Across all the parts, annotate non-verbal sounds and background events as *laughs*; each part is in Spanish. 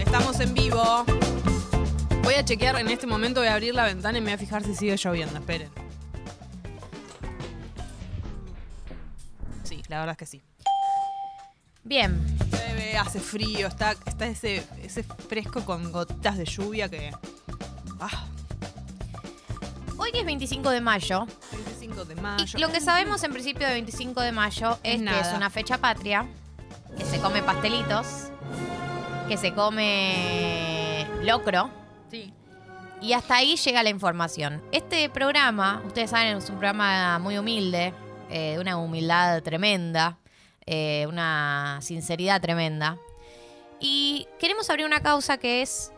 estamos en vivo. Voy a chequear en este momento, voy a abrir la ventana y me voy a fijar si sigue lloviendo. Esperen. Sí, la verdad es que sí. Bien. Llueve, hace frío, está, está ese, ese fresco con gotas de lluvia que. Ah, Hoy es 25 de mayo. 25 de Y mayo. lo que sabemos en principio de 25 de mayo es, Ah, Es que es nada. una fecha patria, que se come pastelitos, que se come locro. Sí. Y hasta ahí llega la información. Este programa, ustedes saben, es un programa muy humilde, eh, de una humildad tremenda, eh, una sinceridad tremenda. Y queremos abrir una causa que es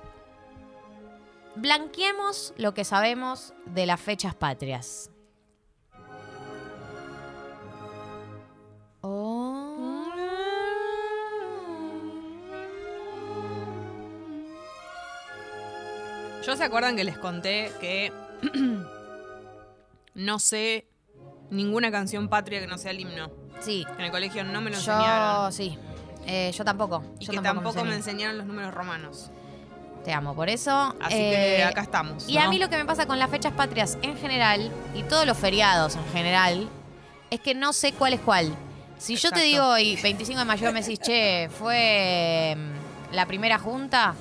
blanqueemos lo que sabemos de las fechas patrias. Oh. Yo se acuerdan que les conté que *clears throat* no sé ninguna canción patria que no sea el himno. Sí, En el colegio no me lo yo enseñaron. sí. Eh, yo tampoco. Y yo que tampoco enseñé. me enseñaron los números romanos. Te amo por eso. Así Eh, que acá estamos. Y a mí lo que me pasa con las fechas patrias en general y todos los feriados en general es que no sé cuál es cuál. Si yo te Exacto. digo hoy, 25 de mayo, me decís, che, fue mm, la primera junta.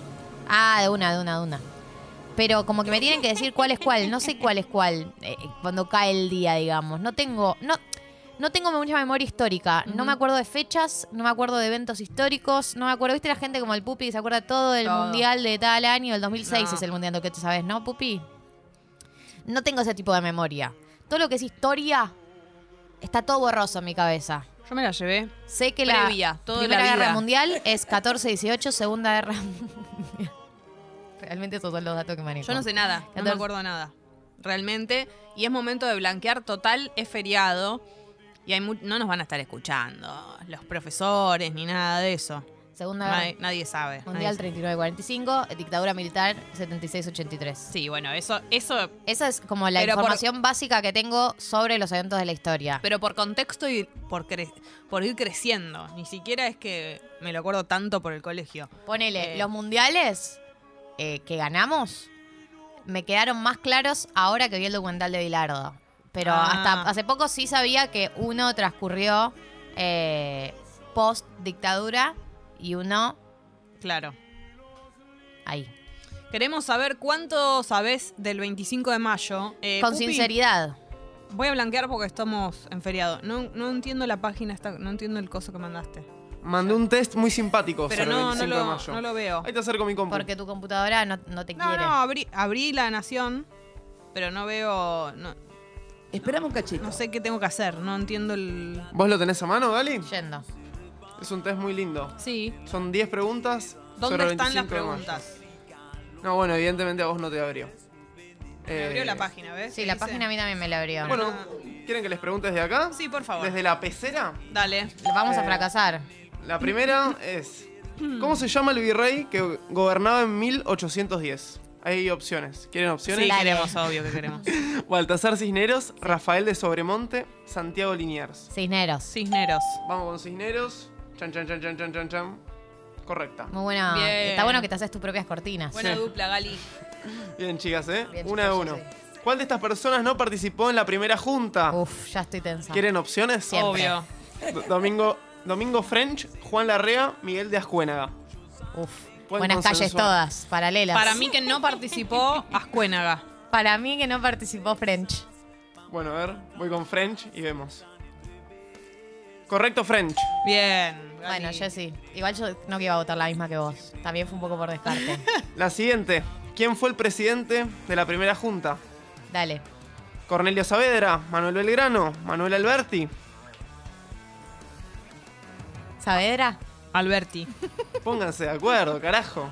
Ah, de una, de una, de una. Pero como que me tienen que decir cuál es cuál. No sé cuál es cuál eh, eh, cuando cae el día, digamos. No tengo. No, no tengo mucha memoria histórica. No me acuerdo de fechas, no me acuerdo de eventos históricos, no me acuerdo. ¿Viste la gente como el Pupi que se acuerda todo del Todo. mundial de tal año? El 2006 No. es el mundial que tú sabes, ¿no, Pupi? No tengo ese tipo de memoria. Todo lo que es historia está todo borroso en mi cabeza. Yo me la llevé. Sé que Previa, la todo Primera la vida. Guerra Mundial es 14-18, Segunda Guerra Mundial. Realmente esos son los datos que manejo. Yo no sé nada, no me Catorce. acuerdo nada. Realmente. Y es momento de blanquear total, es feriado. Y hay mu- no nos van a estar escuchando los profesores ni nada de eso. Segunda Guerra Nadie, nadie sabe. Mundial nadie 39-45, dictadura militar 76-83. sabe. Sí, bueno, eso, eso Esa es como la Pero por- información básica que tengo sobre los eventos de la historia. Pero por contexto y por, cre- por ir creciendo. Ni siquiera es que me lo acuerdo tanto por el colegio. Ponele, Eh. los mundiales eh, que ganamos me quedaron más claros ahora que vi el documental de Bilardo. Pero Ah. hasta hace poco sí sabía que uno transcurrió eh, post dictadura y uno Claro. ahí. Queremos saber cuánto sabés del 25 de mayo. Eh, Con Pupi, sinceridad. Voy a blanquear porque estamos en feriado. No, no entiendo la página, esta, no entiendo el coso que mandaste. Mandé un test muy simpático Pero sobre no, el no 25 de lo, mayo. no lo veo. Ahí te acerco mi compu. Porque tu computadora no, no te No, quiere. no, abrí, abrí la nación, pero no veo. No, Esperamos un cachito. no sé qué tengo que hacer, no entiendo el. ¿Vos lo tenés a mano, Gali? Yendo. Es un test muy lindo. Sí. Son 10 preguntas. sobre ¿Dónde el están las 25 de mayo. preguntas? No, bueno, evidentemente a vos no te abrió. Me Eh, abrió la página, ¿ves? Sí, ¿Qué la dice? página a mí también me la abrió. Bueno, ¿quieren que les pregunte desde acá? Sí, por favor. Desde la pecera. Dale. Vamos a eh, fracasar. La *laughs* primera es. ¿Cómo se llama el virrey que gobernaba en 1810? Hay opciones. ¿Quieren opciones? Sí, Dale. queremos, obvio que *laughs* queremos. Baltasar Cisneros, Rafael de Sobremonte, Santiago Liniers. Cisneros. Cisneros. Vamos con Cisneros. Chan, chan, chan, chan, chan, chan, chan. Correcta. Muy buena. Bien. Está bueno que te haces tus propias cortinas. Buena Sí. dupla, Gali. Bien, chicas, ¿eh? Bien, Una de chicos, uno. sí. ¿Cuál de estas personas no participó en la primera junta? Uf, ya estoy tensa. ¿Quieren opciones? Siempre. Obvio. D- Domingo, Domingo French, Juan Larrea, Miguel de Ascuénaga. Uf. Buen Buenas calles consensuado. todas, paralelas. Para mí que no participó Ascuénaga. Para mí que no participó French. Bueno, a ver, voy con French y vemos. Correcto, French. Bien. Gali. Bueno, yo sí. Igual yo no que iba a votar la misma que vos. También fue un poco por *laughs* descarte. La siguiente. ¿Quién fue el presidente de la primera junta? Dale. Cornelio Saavedra, Manuel Belgrano, Manuel Alberti. ¿Saavedra? Alberti. Pónganse de acuerdo, carajo.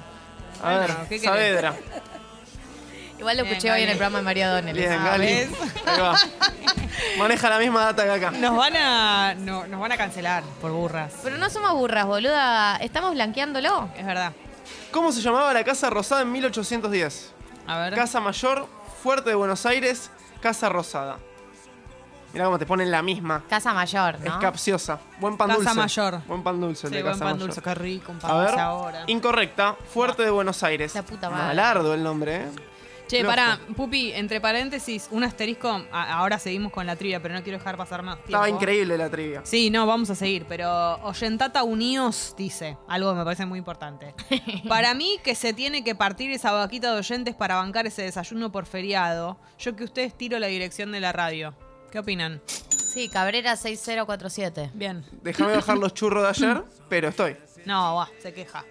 A Bueno, ver, ¿qué querés? Saavedra. Igual lo Bien, escuché hoy en Gali. el programa de María Donel. Bien, Ah, Gali. ¿ves? Ahí va. Maneja la misma data que acá. Nos van a. no, nos van a cancelar por burras. Pero no somos burras, boluda. Estamos blanqueándolo. Es verdad. ¿Cómo se llamaba la Casa Rosada en 1810? A ver. Casa Mayor, Fuerte de Buenos Aires, Casa Rosada. Mirá cómo te ponen la misma. Casa Mayor, Es ¿no? capciosa. Buen pan Casa dulce. mayor. Buen pan dulce. el Sí, de buen Casa pan Mayor. dulce, qué rico, un pan A ver, dulce ahora. incorrecta. Fuerte de Buenos Aires. La puta madre. Malardo el nombre, ¿eh? Che, Loco. pará, Pupi, entre paréntesis, un asterisco. a- ahora seguimos con la trivia, pero no quiero dejar pasar más. Estaba tiempo. increíble la trivia. Sí, no, vamos a seguir, pero Oyentata Unidos dice algo que me parece muy importante. *laughs* Para mí que se tiene que partir esa vaquita de oyentes para bancar ese desayuno por feriado, yo que ustedes tiro la dirección de la radio. ¿Qué opinan? Sí, Cabrera 6047. Bien. Déjame bajar los churros *laughs* de ayer, pero estoy. No, va, se queja.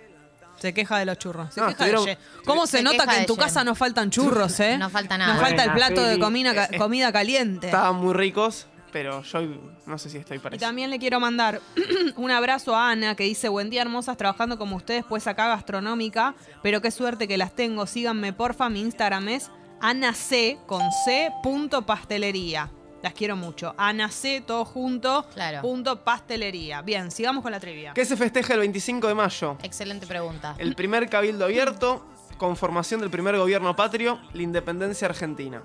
Se queja de los churros. Se No, queja de estuvieron- Ye- ¿Cómo se, Se nota queja que en de tu Ye. casa no faltan churros, eh? No falta nada. No falta el Buena, plato de Feli. comina- ca- comida caliente. Estaban muy ricos, pero yo no sé si estoy para Y eso. también le quiero mandar *clears throat* un abrazo a Ana que dice, buen día hermosas, trabajando como ustedes, pues acá gastronómica, pero qué suerte que las tengo, síganme porfa, mi Instagram es anac con c punto pastelería. Las quiero mucho. Ana C, todo junto, Claro. punto pastelería. Bien, sigamos con la trivia. ¿Qué se festeja el 25 de mayo? Excelente pregunta. El primer cabildo abierto, conformación del primer gobierno patrio, la independencia argentina.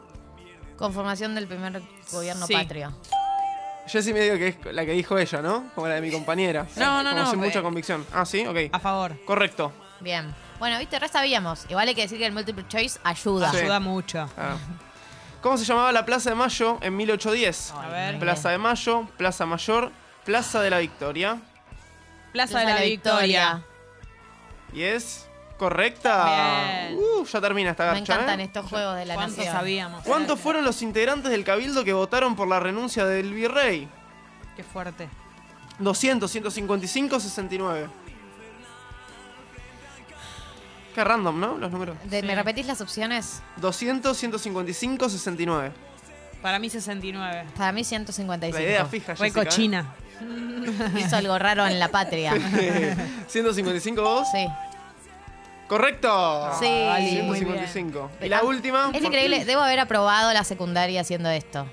Conformación del primer gobierno Sí. patrio. Yo sí me digo que es la que dijo ella, ¿no? Como la de mi compañera. No, no, Como no, Sin pe- mucha convicción. Ah, sí, A ok. favor. Correcto. Bien. Bueno, viste, re sabíamos. Igual hay que decir que el multiple choice ayuda. Sí. Ayuda mucho. Ah. ¿Cómo se llamaba la Plaza de Mayo en 1810? A ver. Plaza de Mayo, Plaza Mayor, Plaza de la Victoria. Plaza, de la, Victoria. Y es correcta. Bien. Uh, ya termina esta Me garcha. encantan ¿eh? estos juegos de la ¿Cuánto nación. sabíamos? ¿Cuántos fueron los integrantes del cabildo que votaron por la renuncia del virrey? Qué fuerte. 200, 155, 69. Qué random, ¿no? Los números. De- ¿Me Sí. repetís las opciones? 200, 155, 69. Para mí 69. Para mí La 155. idea fija, Fue Jessica, ¿eh? *laughs* cochina. *laughs* Hizo algo raro en la patria. 155, vos. Sí. Correcto. Sí. vale, muy bien. 155. Y la última. Es increíble. Debo haber aprobado la secundaria haciendo esto.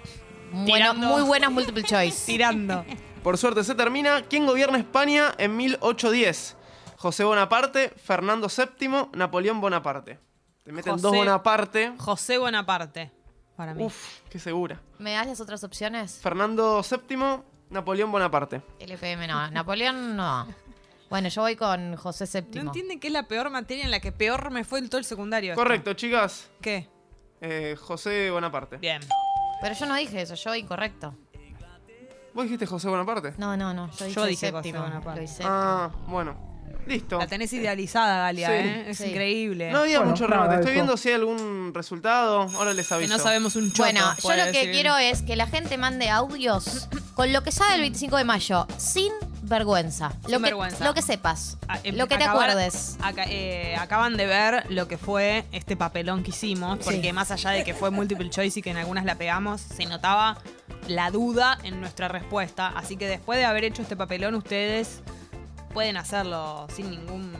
Bueno, Tirando. muy *laughs* buenas multiple choice. Tirando. *laughs* Por suerte se termina. ¿Quién gobierna España en 1810? José Bonaparte, Fernando VII, Napoleón Bonaparte. Te meten José- dos Bonaparte. José Bonaparte. Para mí. Uf, qué segura. ¿Me das las otras opciones? Fernando VII, Napoleón Bonaparte. LPM no. Napoleón no. Bueno, yo voy con José VII. No entienden que es la peor materia en la que peor me fue en todo el secundario. esto. Correcto, chicas. ¿Qué? Eh, José Bonaparte. Bien. Pero yo no dije eso, yo incorrecto. ¿Vos dijiste José Bonaparte? No, no, no. Yo dije, Yo dije José VII, Bonaparte. lo hice. Ah, bueno. Listo. La tenés idealizada, Galia, Sí. ¿eh? Es Sí. increíble. No había Bueno, mucho nada, remate. Estoy eso. viendo si hay algún resultado. Ahora les que aviso. no sabemos un choto. Bueno, yo puede lo que decir. quiero es que la gente mande audios con lo que sabe el 25 de mayo, sin vergüenza. Lo, Sin que, vergüenza. lo que sepas, A- em- lo que te acabar- acuerdes. aca- eh, acaban de ver lo que fue este papelón que hicimos, porque Sí. más allá de que fue multiple choice y que en algunas la pegamos, se notaba la duda en nuestra respuesta. Así que después de haber hecho este papelón, ustedes pueden hacerlo sin ningún,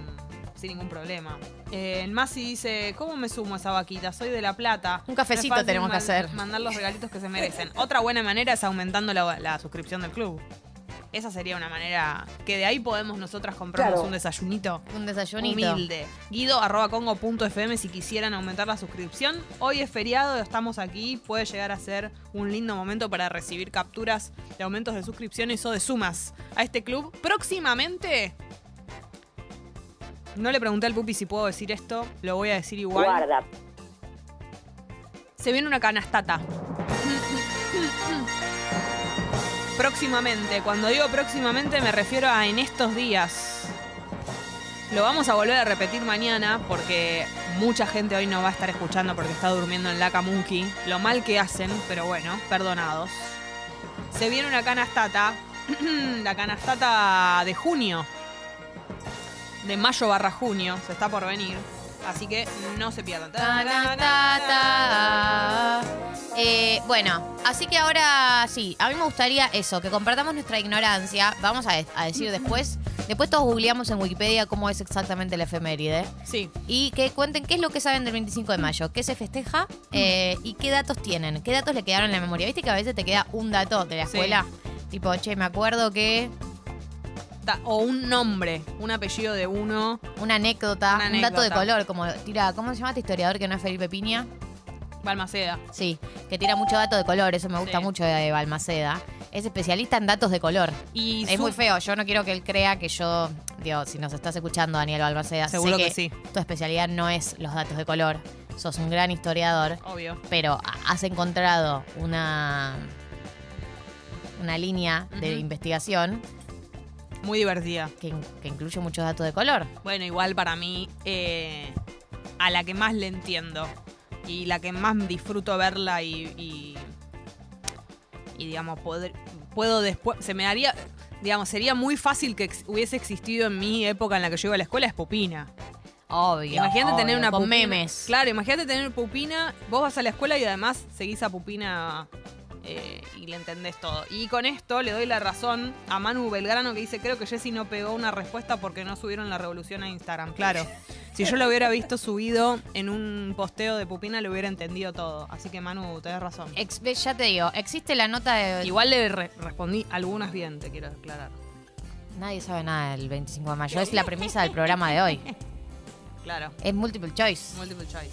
sin ningún problema. Eh, el Masi dice, ¿cómo me sumo a esa vaquita? Soy de La Plata. Un cafecito No es fácil tenemos que man- hacer. Mandar los regalitos que se merecen. Otra buena manera es aumentando la, la suscripción del club. Esa sería una manera que de ahí podemos nosotras comprarnos Claro. un desayunito Un desayunito. humilde. Guido arroba congo.fm si quisieran aumentar la suscripción. Hoy es feriado, estamos aquí. Puede llegar a ser un lindo momento para recibir capturas de aumentos de suscripciones o de sumas a este club. Próximamente. No le pregunté al Pupi si puedo decir esto, lo voy a decir igual. Guarda. Se viene una canastata. Próximamente, cuando digo próximamente me refiero a en estos días. Lo vamos a volver a repetir mañana porque mucha gente hoy no va a estar escuchando porque está durmiendo en la Camuki. Lo mal que hacen, pero bueno, perdonados. Se viene una canastata, *clears throat* la canastata de junio, de mayo barra junio, se está por venir. Así que no se pierdan. Tanatata. Eh, bueno, así que ahora sí, a mí me gustaría eso, que compartamos nuestra ignorancia. Vamos a, de- a decir después. Después todos googleamos en Wikipedia cómo es exactamente la efeméride. Sí, y que cuenten qué es lo que saben del 25 de mayo, qué se festeja eh, y qué datos tienen, qué datos le quedaron en la memoria. Viste que a veces te queda un dato de la Sí. escuela, tipo, che, me acuerdo que ta- o un nombre, un apellido de uno. una anécdota, Una un dato de anécdota. color, como tira, ¿cómo se llama este historiador que no es Felipe Piña? Balmaceda. Sí, que tira mucho dato de color, eso me gusta Sí. mucho de Balmaceda. Es especialista en datos de color. Y es su- muy feo, yo no quiero que él crea que yo, digo, si nos estás escuchando, Daniel Balmaceda, sé Seguro que sí. Tu especialidad no es los datos de color, sos un gran historiador, Obvio. pero ha- has encontrado una, una línea de Ujú. investigación Muy divertida. que, in- que incluye muchos datos de color. Bueno, igual para mí, eh, a la que más le entiendo y la que más disfruto verla y, y, y, digamos, poder- puedo después, se me daría, digamos, sería muy fácil que ex- hubiese existido en mi época en la que yo iba a la escuela, es Pupina. Obvio. Imagínate tener obvio, una con Pupina. memes. Claro, imagínate tener Pupina, vos vas a la escuela y además seguís a Pupina eh, y le entendés todo. Y con esto le doy la razón a Manu Belgrano que dice, creo que Jessy no pegó una respuesta porque no subieron la revolución a Instagram. Claro, si yo lo hubiera visto subido en un posteo de Pupina, lo hubiera entendido todo. Así que Manu, tenés razón. Ex- ya te digo, existe la nota de Igual le re- respondí algunas bien, te quiero aclarar. Nadie sabe nada del 25 de mayo. Es la premisa del programa de hoy. Claro, Es multiple choice. multiple choice.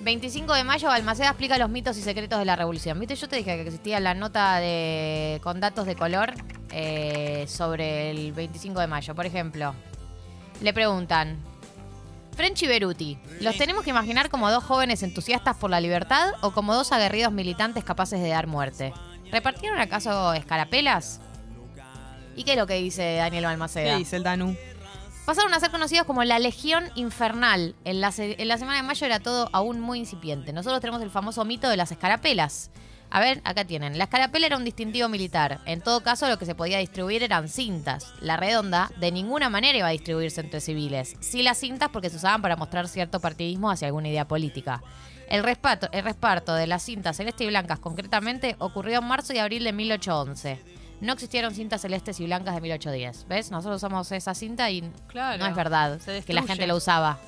25 de mayo, Balmaceda explica los mitos y secretos de la revolución. ¿Viste? Yo te dije que existía la nota de con datos de color eh, sobre el 25 de mayo. Por ejemplo, le preguntan. French y Beruti, ¿los tenemos que imaginar como dos jóvenes entusiastas por la libertad o como dos aguerridos militantes capaces de dar muerte? ¿Repartieron acaso escarapelas? ¿Y qué es lo que dice Daniel Balmaceda? ¿Qué dice el Danu? Pasaron a ser conocidos como la Legión Infernal. En la, se- en la semana de mayo era todo aún muy incipiente. Nosotros tenemos el famoso mito de las escarapelas. A ver, acá tienen. La escarapela era un distintivo militar. En todo caso, lo que se podía distribuir eran cintas. La redonda de ninguna manera iba a distribuirse entre civiles. Sí las cintas porque se usaban para mostrar cierto partidismo hacia alguna idea política. El resparto, el resparto de las cintas celeste y blancas concretamente ocurrió en marzo y abril de 1811. No existieron cintas celestes y blancas de 1810. ¿Ves? Nosotros usamos esa cinta y Claro. no es verdad Se que la destruye. gente lo usaba.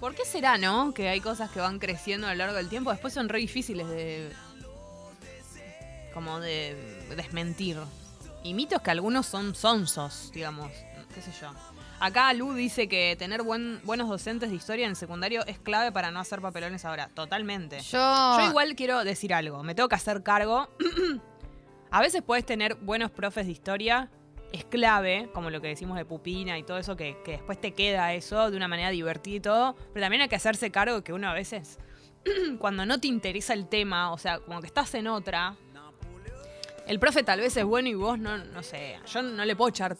¿Por qué será, no? Que hay cosas que van creciendo a lo largo del tiempo, después son re difíciles de. como de desmentir. Y mitos que algunos son sonsos, digamos, qué sé yo. Acá Lu dice que tener buen- buenos docentes de historia en el secundario es clave para no hacer papelones ahora. Totalmente. Yo, Yo igual quiero decir algo, me tengo que hacer cargo. *clears throat* a veces puedes tener buenos profes de historia, es clave, como lo que decimos de pupina y todo eso, que, que después te queda eso de una manera divertida y todo, pero también hay que hacerse cargo que uno a veces, *clears throat* cuando no te interesa el tema, o sea, como que estás en otra, el profe tal vez es bueno y vos no, no sé, yo no le puedo echar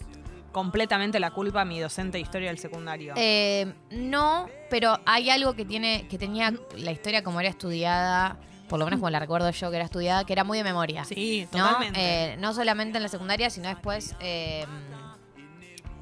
completamente la culpa a mi docente de historia del secundario. eh, no, pero hay algo que tiene que tenía la historia como era estudiada, por lo menos como la recuerdo yo que era estudiada, que era muy de memoria. sí, ¿no? totalmente. Eh, no solamente en la secundaria, sino después. eh,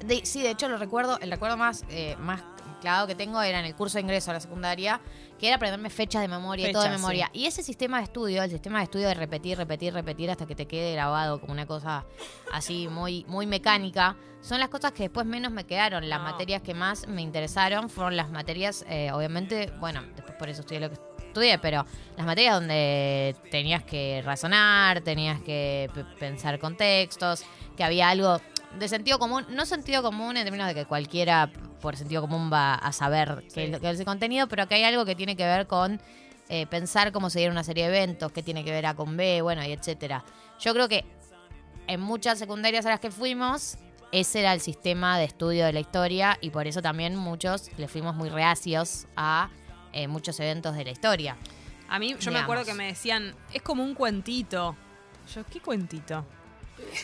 de- sí, de hecho lo recuerdo, el recuerdo más, eh, más claro que tengo era en el curso de ingreso a la secundaria, que era aprenderme fechas de memoria, y todo de Fechas, memoria. Y ese sistema de estudio, el sistema de estudio de repetir, repetir, repetir hasta que te quede grabado como una cosa así muy, muy mecánica, son las cosas que después menos me quedaron. Las No. materias que más me interesaron fueron las materias, eh, obviamente, bueno, después por eso estudié lo que estudié, pero las materias donde tenías que razonar, tenías que p- pensar contextos, que había algo de sentido común, no sentido común en términos de que cualquiera por sentido común va a saber qué es lo que es el contenido, pero que hay algo que tiene que ver con eh, pensar cómo se dieron una serie de eventos, qué tiene que ver A con B, bueno, y etcétera. Yo creo que en muchas secundarias a las que fuimos, ese era el sistema de estudio de la historia y por eso también muchos le fuimos muy reacios a eh, muchos eventos de la historia. A mí, yo me Digamos. acuerdo que me decían, es como un cuentito. Yo, ¿qué cuentito?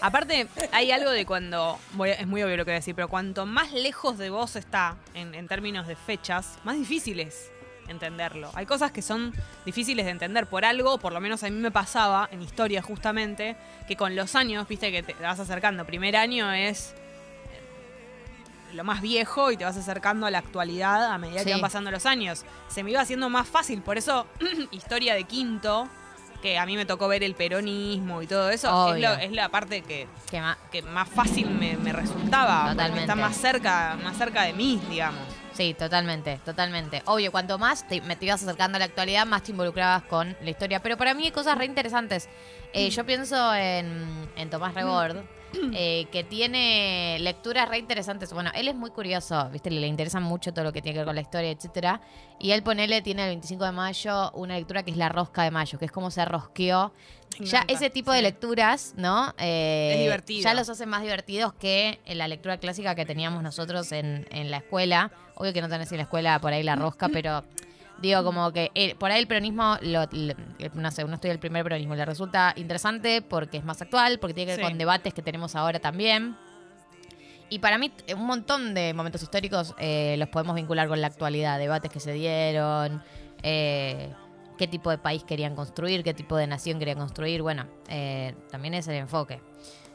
Aparte, hay algo de cuando, voy a- es muy obvio lo que voy a decir, pero cuanto más lejos de vos está en, en términos de fechas, más difícil es entenderlo. Hay cosas que son difíciles de entender por algo, por lo menos a mí me pasaba en historia justamente, que con los años, viste que te vas acercando, primer año es eh, lo más viejo y te vas acercando a la actualidad a medida Sí. que van pasando los años. Se me iba haciendo más fácil, por eso historia de quinto, que a mí me tocó ver el peronismo y todo eso, es, Obvio. lo- es la parte que, Que ma- que más fácil me, me resultaba. porque Totalmente. Está más cerca, más cerca de mí, digamos. Sí, totalmente, totalmente. Obvio, cuanto más te, me te ibas acercando a la actualidad, más te involucrabas con Mm. la historia. Pero para mí hay cosas re interesantes. Eh, yo pienso en, en Tomás Rebord, eh, que tiene lecturas re interesantes. Bueno, él es muy curioso, ¿viste? Le, le interesa mucho todo lo que tiene que ver con la historia, etcétera. Y él, ponele, tiene el 25 de mayo una lectura que es La Rosca de Mayo, que es cómo se rosqueó. Me Ya encanta, ese tipo sí. de lecturas, ¿no? Eh, Es divertido. Ya los hace más divertidos que en la lectura clásica que teníamos nosotros en, en la escuela. Obvio que no tenés en la escuela por ahí la rosca, pero digo como que eh, por ahí el peronismo, lo- lo- eh, no sé, uno estudia el primer peronismo, le resulta interesante porque es más actual, porque tiene que ver Sí. con debates que tenemos ahora también. Y para mí t- un montón de momentos históricos eh, los podemos vincular con la actualidad, debates que se dieron, eh, qué tipo de país querían construir, qué tipo de nación querían construir. Bueno, eh, también es el enfoque.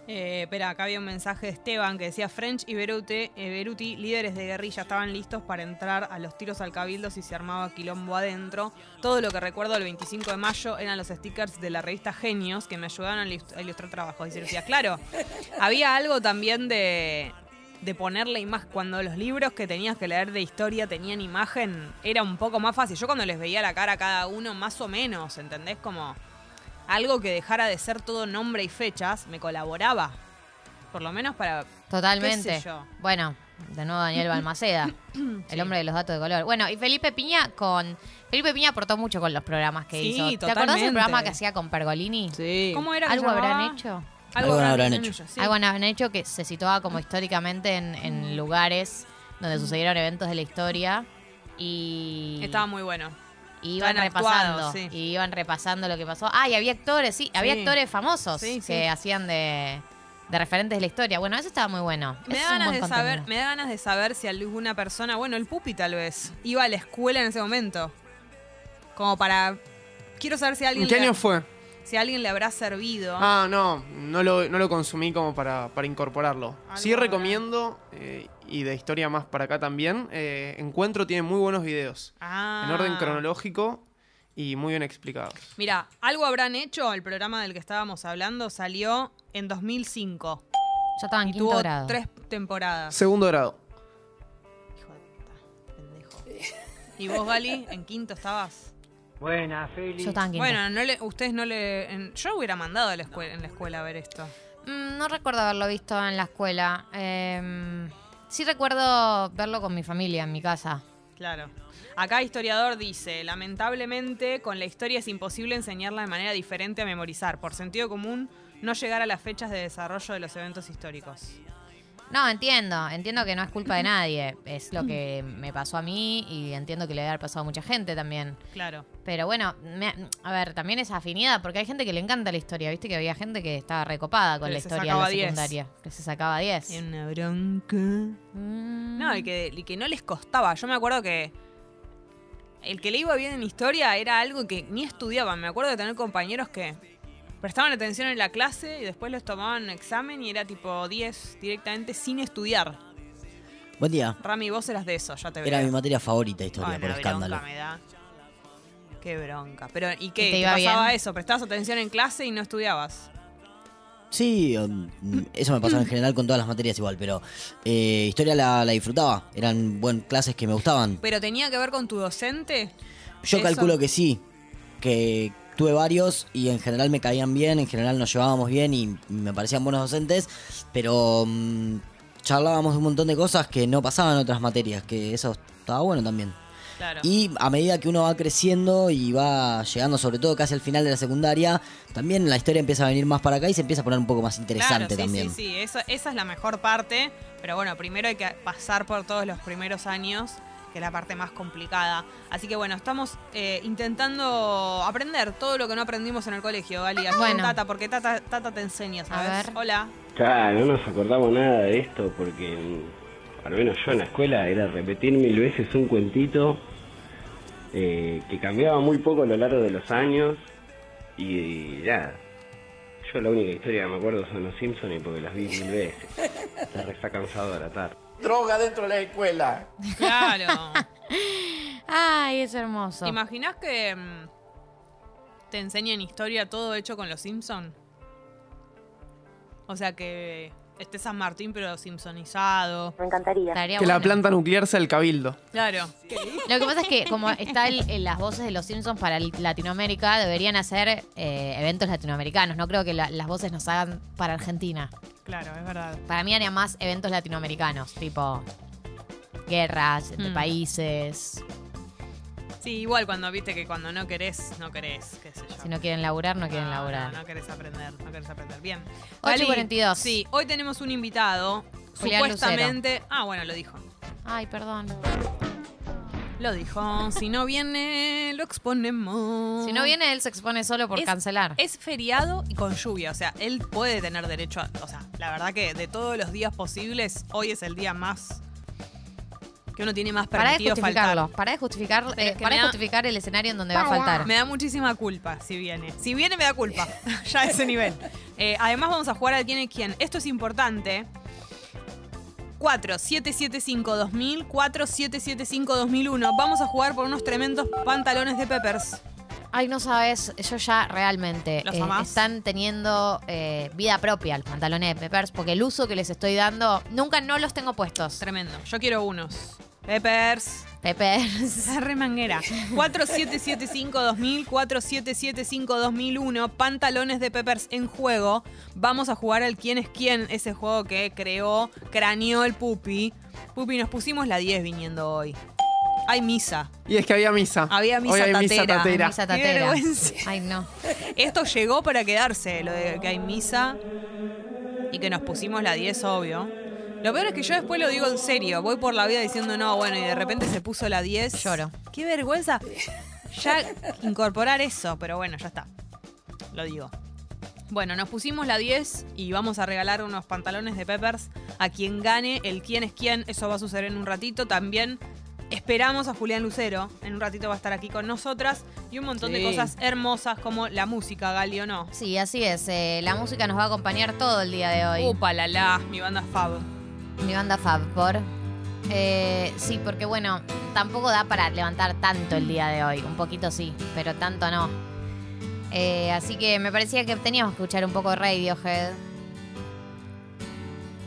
Eh, espera, acá había un mensaje de Esteban que decía French y Beruti, eh, Beruti, líderes de guerrilla, estaban listos para entrar a los tiros al cabildo si se armaba quilombo adentro. Todo lo que recuerdo del 25 de mayo eran los stickers de la revista Genios que me ayudaron a ilust- a ilustrar trabajos. Dice Lucía, claro, había algo también de, de ponerle imagen. Cuando los libros que tenías que leer de historia tenían imagen, era un poco más fácil. Yo cuando les veía la cara a cada uno, más o menos, ¿entendés? Como algo que dejara de ser todo nombre y fechas, me colaboraba. Por lo menos para. Totalmente. ¿Qué sé yo? Bueno, de nuevo *coughs* Daniel Balmaceda, el hombre de los datos de color. Bueno, y Felipe Piña con Felipe Piña aportó mucho con los programas que Sí, hizo. ¿Te acordás del totalmente. programa que hacía con Pergolini? Sí. ¿Cómo era que ¿Algo llamaba? habrán hecho? Algo habrán hecho. sí. Mm. Algo han hecho que se situaba como históricamente en, en lugares donde sucedieron eventos de la historia y Estaba muy bueno. y iban estaban repasando actuados, sí. y iban repasando lo que pasó. Ah, y había actores, sí, había Sí. actores famosos Sí, sí. que hacían de, de referentes de la historia. Bueno, eso estaba muy bueno. Me da, Eso es un ganas buen de saber, contenido. me da ganas de saber si alguna persona, bueno, el pupi tal vez, iba a la escuela en ese momento. Como para. Quiero saber si a alguien, ¿En qué le- año fue? si a alguien le habrá servido. Ah, no, no lo, no lo consumí como para, para incorporarlo. Sí Algo recomiendo, eh, y de historia más para acá también, eh, Encuentro tiene muy buenos videos, Ah. en orden cronológico y muy bien explicados. Mira, algo habrán hecho. El programa del que estábamos hablando salió en 2005. Yo estaba en Y quinto tuvo grado. tres temporadas. Segundo grado. Hijo de puta, pendejo. ¿Y vos, Gali, en quinto estabas? Buena, Feli. Yo estaba en quinto. Bueno, no le, ustedes no le... en- yo hubiera mandado a la escuela, en la escuela a ver esto. Mm, No recuerdo haberlo visto en la escuela. Em, sí recuerdo verlo con mi familia en mi casa. Claro. Acá historiador dice, lamentablemente con la historia es imposible enseñarla de manera diferente a memorizar. Por sentido común, no llegar a las fechas de desarrollo de los eventos históricos. No, entiendo, entiendo que no es culpa de nadie. *laughs* Es lo que me pasó a mí y entiendo que le debe haber pasado a mucha gente también. Claro. Pero bueno, me- a ver, también es afinidad, porque hay gente que le encanta la historia, viste que había gente que estaba recopada con Que la se historia en sacaba la 10. secundaria, que se sacaba 10. Tiene una bronca. Mm. No, el que, el que no les costaba. Yo me acuerdo que el que le iba bien en historia era algo que ni estudiaban. Me acuerdo de tener compañeros que prestaban atención en la clase y después les tomaban un examen y era tipo 10 directamente sin estudiar. Buen día. Rami, vos eras de eso, ya te veo. Era mi materia favorita historia, Ay, por la escándalo. bronca me da. Qué bronca. Pero, ¿y ¿Y qué? te ¿Te, iba pasaba bien? eso? ¿Prestabas atención en clase y no estudiabas? Sí, um, mm, eso me pasaba en general con todas las materias igual, pero eh, historia la, la disfrutaba. Eran buen, clases que me gustaban. ¿Pero tenía que ver con tu docente? Yo Eso- calculo que sí, que tuve varios y en general me caían bien, en general nos llevábamos bien y me parecían buenos docentes, pero mm, charlábamos de un montón de cosas que no pasaban en otras materias, que eso estaba bueno también. Claro. Y a medida que uno va creciendo y va llegando, sobre todo casi al final de la secundaria, también la historia empieza a venir más para acá y se empieza a poner un poco más claro, interesante sí, también. Sí, sí, Eso- esa es la mejor parte. Pero bueno, primero hay que pasar por todos los primeros años, que es la parte más complicada. Así que bueno, estamos eh, intentando aprender todo lo que no aprendimos en el colegio, Gali. Ayuda Bueno. Tata, porque Tata, Tata te enseña, ¿sabes? ver. *laughs* Hola. Claro, no nos acordamos nada de esto porque, mm, al menos yo en la escuela, era repetir mil veces un cuentito eh, que cambiaba muy poco a lo largo de los años y ya. Yo la única historia que me acuerdo son los Simpsons y porque las vi mil veces. Está re está cansado de la tarde. droga dentro de la escuela. *laughs* Claro. Ay, es hermoso. ¿Te imaginas que mm, te enseñen historia todo hecho con los Simpson? O sea que Este San Martín, pero simpsonizado. Me encantaría. Estaría Que la bueno. planta nuclear sea el cabildo. Claro. Lo que pasa es que como está el- el- las voces de los Simpsons para el- Latinoamérica, deberían hacer eh, eventos latinoamericanos. No creo que la- las voces nos hagan para Argentina. Claro, es verdad. Para mí haría más eventos latinoamericanos, tipo guerras entre Mm. países. Sí, igual cuando viste que cuando no querés, no querés, qué sé yo. Si no quieren laburar, no quieren laburar. No, no querés aprender, no querés aprender. Bien. 8 y Gali, 42. Sí, hoy tenemos un invitado. Julián supuestamente. Ah, bueno, lo dijo. Ay, perdón. Lo dijo. Si no viene, lo exponemos. Si no viene, él se expone solo por Mm. Es- cancelar. Es feriado y con lluvia, o sea, él puede tener derecho a. O sea, la verdad que de todos los días posibles, hoy es el día más. que uno tiene más para de permitido justificarlo. faltar. Para de justificar, Pero es eh, que pará me de da- justificar el escenario en donde va a faltar. Me da muchísima culpa si viene. Si viene, me da culpa. *laughs* ya a ese nivel. Eh, además, vamos a jugar al quién es quién. Esto es importante. 4775-2000, 4775-2001. Vamos a jugar por unos tremendos pantalones de Peppers. Ay, no sabes, yo ya realmente ¿Los eh, amás? están teniendo eh, vida propia los pantalones de Peppers, porque el uso que les estoy dando, nunca no los tengo puestos. Tremendo. Yo quiero unos. Peppers. Peppers. Esa remanguera. 4775-2000, 4775-2001, pantalones de Peppers en juego. Vamos a jugar al quién es quién, ese juego que creó, craneó el Pupi. Pupi, nos pusimos la 10 viniendo hoy. Hay misa. Y es que había misa. Había misa Hoy hay misa tatera. tatera. Misa Qué tatera. vergüenza. Ay, no. Esto llegó para quedarse, lo de que hay misa y que nos pusimos la 10, obvio. Lo peor es que yo después lo digo en serio. Voy por la vida diciendo no, bueno, y de repente se puso la 10. Lloro. Qué vergüenza. Ya incorporar eso, pero bueno, ya está. Lo digo. Bueno, nos pusimos la 10 y vamos a regalar unos pantalones de Peppers a quien gane el quién es quién. Eso va a suceder en un ratito. También esperamos a Julián Lucero. En un ratito va a estar aquí con nosotras y un montón de Sí. cosas hermosas como la música, Galio no. Sí, así es. eh, la música nos va a acompañar todo el día de hoy. Upa la la, mi banda Fab. Mi banda Fab, por. Eh, sí, porque bueno, tampoco da para levantar tanto el día de hoy. Un poquito sí, pero tanto no. Eh, así que me parecía que teníamos que escuchar un poco de Radiohead.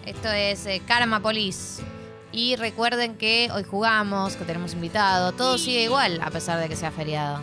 Esto es eh, Karma Police. Y recuerden que hoy jugamos, que tenemos invitado. Todo sigue igual, a pesar de que sea feriado.